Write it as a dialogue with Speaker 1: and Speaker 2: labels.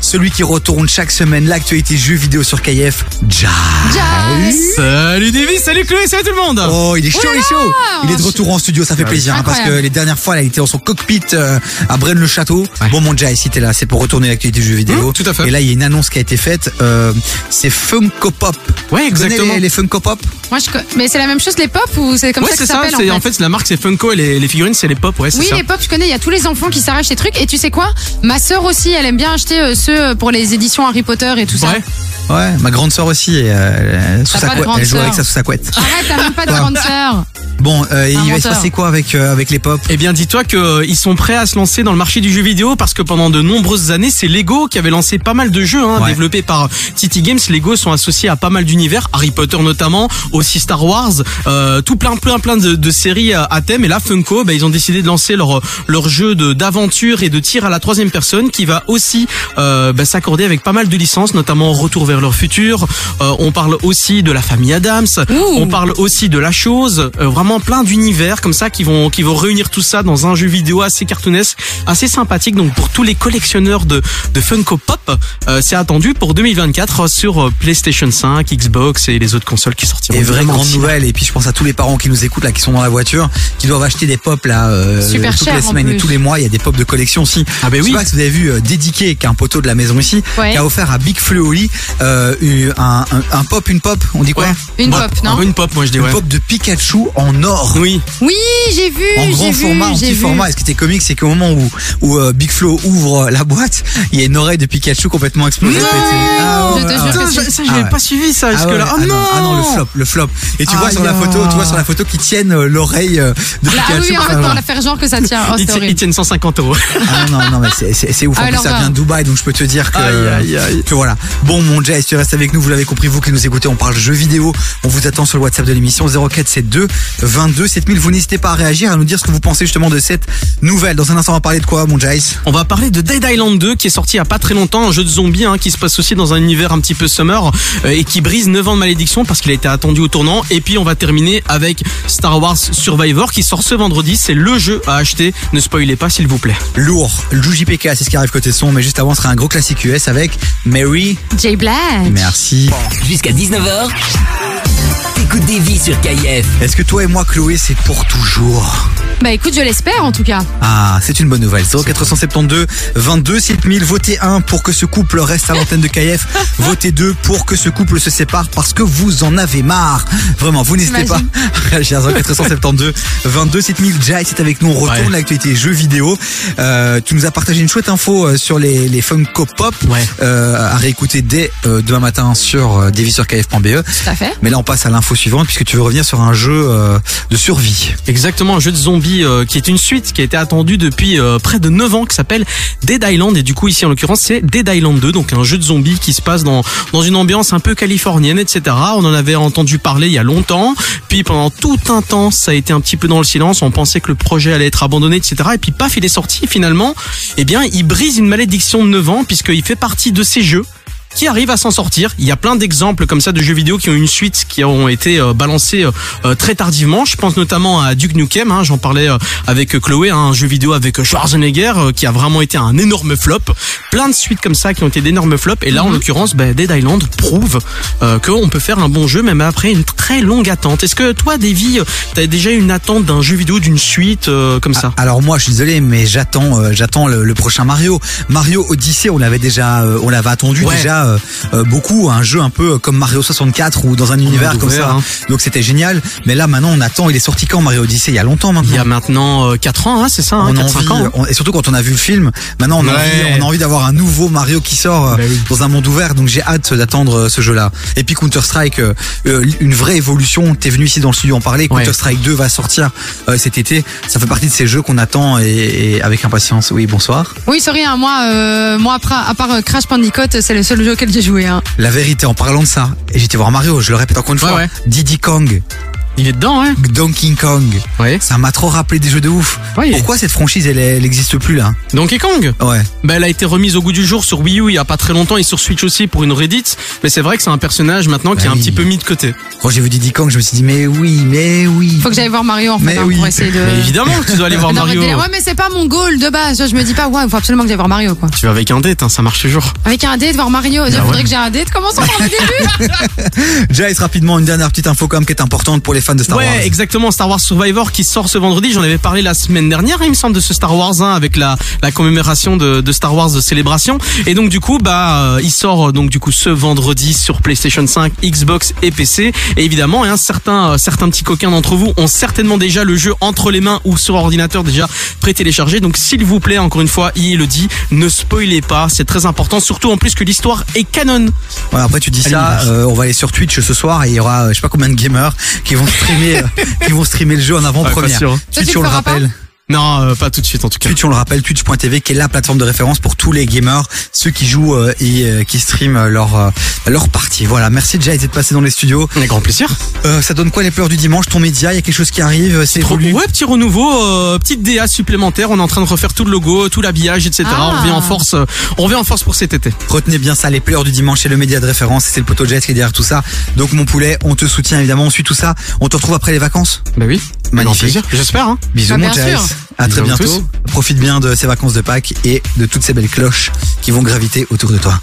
Speaker 1: celui qui retourne chaque semaine l'actualité jeux vidéo sur KF, Jazz.
Speaker 2: Salut David, salut Chloé, salut tout le monde
Speaker 1: Oh, il est chaud, il est chaud. Il est de
Speaker 3: je-
Speaker 1: retour en studio,
Speaker 2: Ah
Speaker 1: ça fait plaisir, hein, parce que
Speaker 3: Incroyable.
Speaker 1: les dernières fois, là, il était dans son cockpit euh, à Braine-le-Château.
Speaker 2: Ouais.
Speaker 1: Bon, mon Jazz, si t'es là, c'est pour retourner l'actualité jeux vidéo.
Speaker 2: Mmh, tout à fait.
Speaker 1: Et là, il y a une annonce qui a été faite, euh, c'est Funko Pop.
Speaker 2: Ouais,
Speaker 1: Vous connaissez
Speaker 2: exactement.
Speaker 1: Les, les Funko Pop
Speaker 3: Moi, je... co- Mais c'est la même chose les pop ou c'est comme
Speaker 2: ouais,
Speaker 3: ça que
Speaker 2: c'est
Speaker 3: ça
Speaker 2: ça,
Speaker 3: s'appelle en
Speaker 2: c'est-
Speaker 3: fait
Speaker 2: en fait, la marque c'est Funko et les, les figurines c'est les pop, ouais, c'est
Speaker 3: Oui,
Speaker 2: ça.
Speaker 3: les pop, je connais. Il y a tous les enfants qui s'arrachent des trucs. Et tu sais quoi Ma sœur aussi, elle aime bien acheter euh, ceux euh, pour les éditions Harry Potter et tout ça.
Speaker 2: Ouais.
Speaker 1: Ouais, ma grande sœur aussi, et, euh, sous
Speaker 3: T'as
Speaker 1: sa
Speaker 3: pas de
Speaker 1: couette-
Speaker 3: grande
Speaker 1: elle joue
Speaker 3: sœur.
Speaker 1: avec ça sous sa couette.
Speaker 3: Arrête, t'as même pas de grande sœur.
Speaker 1: Bon, euh, il va se
Speaker 3: menteur.
Speaker 1: passer quoi avec, euh, avec les Pop
Speaker 2: Eh bien, dis-toi que euh, ils sont prêts à se lancer dans le marché du jeu vidéo parce que pendant de nombreuses années, c'est Lego qui avait lancé pas mal de jeux hein,
Speaker 1: Ouais.
Speaker 2: développés par Titi Games. Lego sont associés à pas mal d'univers, Harry Potter notamment, aussi Star Wars, euh, tout plein plein plein de, de séries euh, à, à thème. Et là, Funko, bah, ils ont décidé de lancer leur euh, leur jeu de d'aventure et de tir à la troisième personne qui va aussi euh, bah, s'accorder avec pas mal de licences, notamment Retour vers leur futur. Euh, on parle aussi de la famille Adams.
Speaker 3: Ouh.
Speaker 2: On parle aussi de la chose, euh, vraiment plein d'univers comme ça qui vont qui vont réunir tout ça dans un jeu vidéo assez cartoonesque, assez sympathique. Donc pour tous les collectionneurs de de Funko Pop, euh, c'est attendu pour 2024 sur euh, PlayStation 5, Xbox et les autres consoles qui sortiront.
Speaker 1: Et vraie
Speaker 2: vraiment
Speaker 1: grande
Speaker 2: d'ici là.
Speaker 1: nouvelle. Et puis je pense à tous les parents qui nous écoutent là, qui sont dans la voiture, qui doivent acheter des pop là euh,
Speaker 3: Super
Speaker 1: toutes
Speaker 3: cher,
Speaker 1: les
Speaker 3: en
Speaker 1: semaines et
Speaker 3: plus.
Speaker 1: tous les mois. Il y a des pop de collection aussi.
Speaker 2: Ah ben
Speaker 1: Je sais
Speaker 2: oui.
Speaker 1: pas si vous avez vu euh, dédiqué qui est un poteau de la maison ici,
Speaker 3: Ouais.
Speaker 1: qui a offert à Big Fleuoli euh, une- un, un- un pop, une pop. On dit quoi
Speaker 2: Ouais.
Speaker 3: Une
Speaker 2: Moi,
Speaker 3: pop, non
Speaker 2: Une pop, moi je dis
Speaker 1: Une
Speaker 2: ouais.
Speaker 1: pop de Pikachu en or.
Speaker 2: Oui.
Speaker 3: Oui, j'ai vu.
Speaker 1: En
Speaker 3: j'ai
Speaker 1: grand
Speaker 3: vu,
Speaker 1: format, en
Speaker 3: j'ai
Speaker 1: petit
Speaker 3: vu.
Speaker 1: format. Et ce qui était comique, c'est qu'au moment où, où euh, Big Flo ouvre la boîte, il y a une oreille de Pikachu complètement explosée.
Speaker 3: Non
Speaker 1: Ah ouais,
Speaker 3: Je
Speaker 1: ah
Speaker 3: te jure
Speaker 1: ouais.
Speaker 3: que
Speaker 2: Putain,
Speaker 3: tu-
Speaker 2: je- ça
Speaker 1: Ah
Speaker 2: j'avais
Speaker 1: ouais.
Speaker 2: pas suivi ça
Speaker 1: Ah
Speaker 2: jusque là.
Speaker 1: ouais,
Speaker 2: Oh
Speaker 1: ah
Speaker 2: non.
Speaker 1: Ah non, le flop, le flop. Et tu vois
Speaker 2: Aïe oh.
Speaker 1: sur la photo, tu vois sur la photo qu'ils tiennent euh, l'oreille euh, de
Speaker 3: Là,
Speaker 1: Pikachu.
Speaker 3: Bah oui, en fait,
Speaker 1: Enfin,
Speaker 3: pour
Speaker 1: voilà.
Speaker 3: la faire genre que ça tient. Oh,
Speaker 2: Ils
Speaker 3: c'est
Speaker 2: ti- ils
Speaker 3: horrible.
Speaker 2: tiennent 150 euros.
Speaker 1: Ah non, non, non, mais c'est- c'est c'est ouf. En
Speaker 3: Ah,
Speaker 1: plus, ça
Speaker 3: l'horreur.
Speaker 1: vient de Dubaï, donc je peux te dire que,
Speaker 2: Aïe, aïe, aïe.
Speaker 1: que voilà. Bon, mon Jay, si tu restes avec nous, vous l'avez compris, vous qui nous écoutez, on parle jeux vidéo. On vous attend sur le WhatsApp de l'émission 0472 22 7000. Vous n'hésitez pas à réagir, à nous dire ce que vous pensez justement de cette nouvelle. Dans un instant, on va parler de quoi, mon Jay
Speaker 2: On va parler de Dead Island 2 qui est sorti il y a pas très longtemps, un jeu de zombies hein, qui se passe aussi dans un univers un petit peu summer euh, et qui brise 9 ans de malédiction parce qu'il a été attendu au tournant. Et puis on va terminer avec Star Wars Survivor qui sort ce vendredi. C'est le jeu à acheter. Ne spoilez pas s'il vous plaît.
Speaker 1: Lourd, l'UJPK, c'est ce qui arrive côté son, mais juste avant, ce sera un gros classique US avec Mary.
Speaker 3: Jay Black.
Speaker 1: Merci.
Speaker 4: Jusqu'à 19h, t'écoutes des vies sur KIF.
Speaker 1: Est-ce que toi et moi, Chloé, c'est pour toujours
Speaker 3: Bah écoute, je l'espère en tout cas.
Speaker 1: Ah, c'est une bonne nouvelle. 0472 22 7000. Votez 1 pour que ce couple reste à l'antenne de KF. Votez 2 pour que ce couple se sépare parce que vous en avez marre. Vraiment, vous n'hésitez pas.
Speaker 3: T'imagines
Speaker 1: Réagir à 0472 22 7000. Jai, c'est avec nous. On retourne
Speaker 2: Ouais.
Speaker 1: l'actualité jeux vidéo. Euh, tu nous as partagé une chouette info euh, sur les, les Funko Pop.
Speaker 2: Ouais.
Speaker 1: Euh, à réécouter dès euh, demain matin sur euh, devisurkf.be.
Speaker 3: Tout à fait.
Speaker 1: Mais là, on passe à l'info suivante puisque tu veux revenir sur un jeu euh, de survie.
Speaker 2: Exactement, un jeu de zombies euh, qui est une suite qui a été attendue depuis euh, près de 9 ans qui s'appelle Dead Island et du coup ici en l'occurrence c'est Dead Island 2 donc un jeu de zombies qui se passe dans dans une ambiance un peu californienne etc. On en avait entendu parler il y a longtemps puis pendant tout un temps ça a été un petit peu dans le silence on pensait que le projet allait être abandonné etc. et puis paf il est sorti finalement eh bien il brise une malédiction de 9 ans puisqu'il fait partie de ces jeux qui arrivent à s'en sortir. Il y a plein d'exemples comme ça de jeux vidéo qui ont une suite qui ont été euh, balancés euh, euh, très tardivement. Je pense notamment à Duke Nukem. hein. J'en parlais euh, avec Chloé, hein, un jeu vidéo avec Schwarzenegger euh, qui a vraiment été un énorme flop. Plein de suites comme ça qui ont été d'énormes flops. Et là, en
Speaker 1: Mhm.
Speaker 2: l'occurrence, bah, Dead Island prouve euh, qu'on peut faire un bon jeu même après une très longue attente. Est-ce que toi, Davy, euh, t'as déjà une attente d'un jeu vidéo, d'une suite euh, comme ça
Speaker 1: Ah, Alors moi, je suis désolé, mais j'attends, euh, j'attends le, le prochain Mario. Mario Odyssey, on l'avait déjà, euh, on l'avait attendu
Speaker 2: Ouais.
Speaker 1: déjà euh, euh, beaucoup, un jeu un peu euh, comme Mario 64 ou dans un univers
Speaker 2: monde
Speaker 1: comme
Speaker 2: ouvert,
Speaker 1: ça.
Speaker 2: hein.
Speaker 1: Donc c'était génial. Mais là, maintenant, on attend. Il est sorti quand Mario Odyssey Il y a longtemps
Speaker 2: Il y
Speaker 1: maintenant.
Speaker 2: a maintenant 4 ans, hein, c'est ça, hein,
Speaker 1: On a
Speaker 2: 4-5 ans.
Speaker 1: envie, on- et surtout quand on a vu le film, maintenant on a
Speaker 2: Ouais.
Speaker 1: envie, on a envie d'avoir un nouveau Mario qui sort euh,
Speaker 2: Bah oui.
Speaker 1: dans un monde ouvert, donc j'ai hâte d'attendre euh, ce jeu-là. Et puis Counter Strike, euh, une vraie évolution. T'es venu ici dans le studio en parler.
Speaker 2: Ouais.
Speaker 1: Counter Strike 2 va sortir euh, cet été. Ça fait partie de ces jeux qu'on attend et, et avec impatience. Oui, bonsoir.
Speaker 3: Oui, sorry, hein, moi, euh, moi après, à part euh, Crash Bandicoot, c'est le seul jeu auquel j'ai joué. Hein.
Speaker 1: La vérité en parlant de ça, et j'étais voir Mario. Je le répète encore une
Speaker 2: Ouais,
Speaker 1: fois.
Speaker 2: ouais.
Speaker 1: Diddy Kong.
Speaker 2: Il est dedans, hein
Speaker 1: Donkey Kong.
Speaker 2: Ouais.
Speaker 1: Ça m'a trop rappelé des jeux de ouf.
Speaker 2: Ouais.
Speaker 1: Pourquoi cette franchise, elle elle existe plus là
Speaker 2: Donkey Kong
Speaker 1: Ouais.
Speaker 2: bah, Elle a été remise au goût du jour sur Wii U il y a pas très longtemps et sur Switch aussi pour une Reddit. Mais c'est vrai que c'est un personnage maintenant qui
Speaker 1: Bah
Speaker 2: est un
Speaker 1: oui.
Speaker 2: petit peu mis de côté.
Speaker 1: Quand j'ai vu Diddy Kong, je me suis dit, mais oui, mais oui.
Speaker 3: Faut que j'aille voir Mario en fait
Speaker 1: Mais
Speaker 3: hein,
Speaker 1: oui.
Speaker 3: pour essayer de.
Speaker 2: Mais évidemment que tu dois aller voir
Speaker 3: d'arrêter
Speaker 2: Mario.
Speaker 3: les- Ouais, mais c'est pas mon goal de base. Je me dis pas, ouais, faut absolument que j'aille voir Mario quoi.
Speaker 2: Tu vas avec un date, hein, ça marche toujours.
Speaker 3: Avec un date, voir Mario. Il faudrait que j'ai un date. Commençons par le début.
Speaker 1: Jace, rapidement, une dernière petite info quand même qui est importante pour les fans de Star
Speaker 2: ouais,
Speaker 1: Wars.
Speaker 2: exactement. Star Wars Survivor qui sort ce vendredi. J'en avais parlé la semaine dernière, il me semble, de ce Star Wars 1 avec la, la commémoration de, de Star Wars de célébration. Et donc du coup, bah, euh, il sort euh, donc du coup ce vendredi sur PlayStation 5, Xbox et PC. Et évidemment, hein, certains, euh, certains petits coquins d'entre vous ont certainement déjà le jeu entre les mains ou sur ordinateur déjà pré-téléchargé. Donc s'il vous plaît, encore une fois, il le dit, ne spoilez pas. C'est très important, surtout en plus que l'histoire est canon.
Speaker 1: Voilà, après tu dis
Speaker 2: Allez,
Speaker 1: ça,
Speaker 2: Mars.
Speaker 1: euh, on va aller sur Twitch ce soir et il y aura euh, je sais pas combien de gamers qui vont streamer, euh, qui vont streamer le jeu en
Speaker 2: pas
Speaker 1: avant-première.
Speaker 2: sûr, hein.
Speaker 3: Toi, tu
Speaker 1: Twitch
Speaker 3: le
Speaker 1: on le
Speaker 3: feras pas
Speaker 1: rappelle,
Speaker 2: Non, euh, pas tout de suite en tout cas.
Speaker 1: Twitch on le rappelle, Twitch.tv qui est la plateforme de référence pour tous les gamers, ceux qui jouent euh, et euh, qui streament euh, leur euh, leur partie. Voilà, merci Jay d'être passé dans les studios.
Speaker 2: Avec grand plaisir.
Speaker 1: Euh, ça donne quoi les pleurs du dimanche Ton média, il y a quelque chose qui arrive, c'est
Speaker 2: Trop-
Speaker 1: évolue.
Speaker 2: ouais, petit renouveau, euh, petite DA supplémentaire. On est en train de refaire tout le logo, tout l'habillage, etc.
Speaker 3: Ah.
Speaker 2: On revient en force. euh, on revient en force pour cet été.
Speaker 1: Retenez bien ça, les pleurs du dimanche, c'est le média de référence, c'est le poteau Jay qui est derrière tout ça. Donc mon poulet, on te soutient évidemment, on suit tout ça. On te retrouve après les vacances.
Speaker 2: Bah oui.
Speaker 1: Magnifique.
Speaker 2: plaisir. J'espère. Hein.
Speaker 1: Bisous
Speaker 3: Ah,
Speaker 1: mon
Speaker 3: bien
Speaker 1: Jace.
Speaker 3: sûr.
Speaker 1: À très
Speaker 2: Bisous à
Speaker 1: bientôt.
Speaker 2: tous.
Speaker 1: Profite bien de ces vacances de Pâques et de toutes ces belles cloches qui vont graviter autour de toi.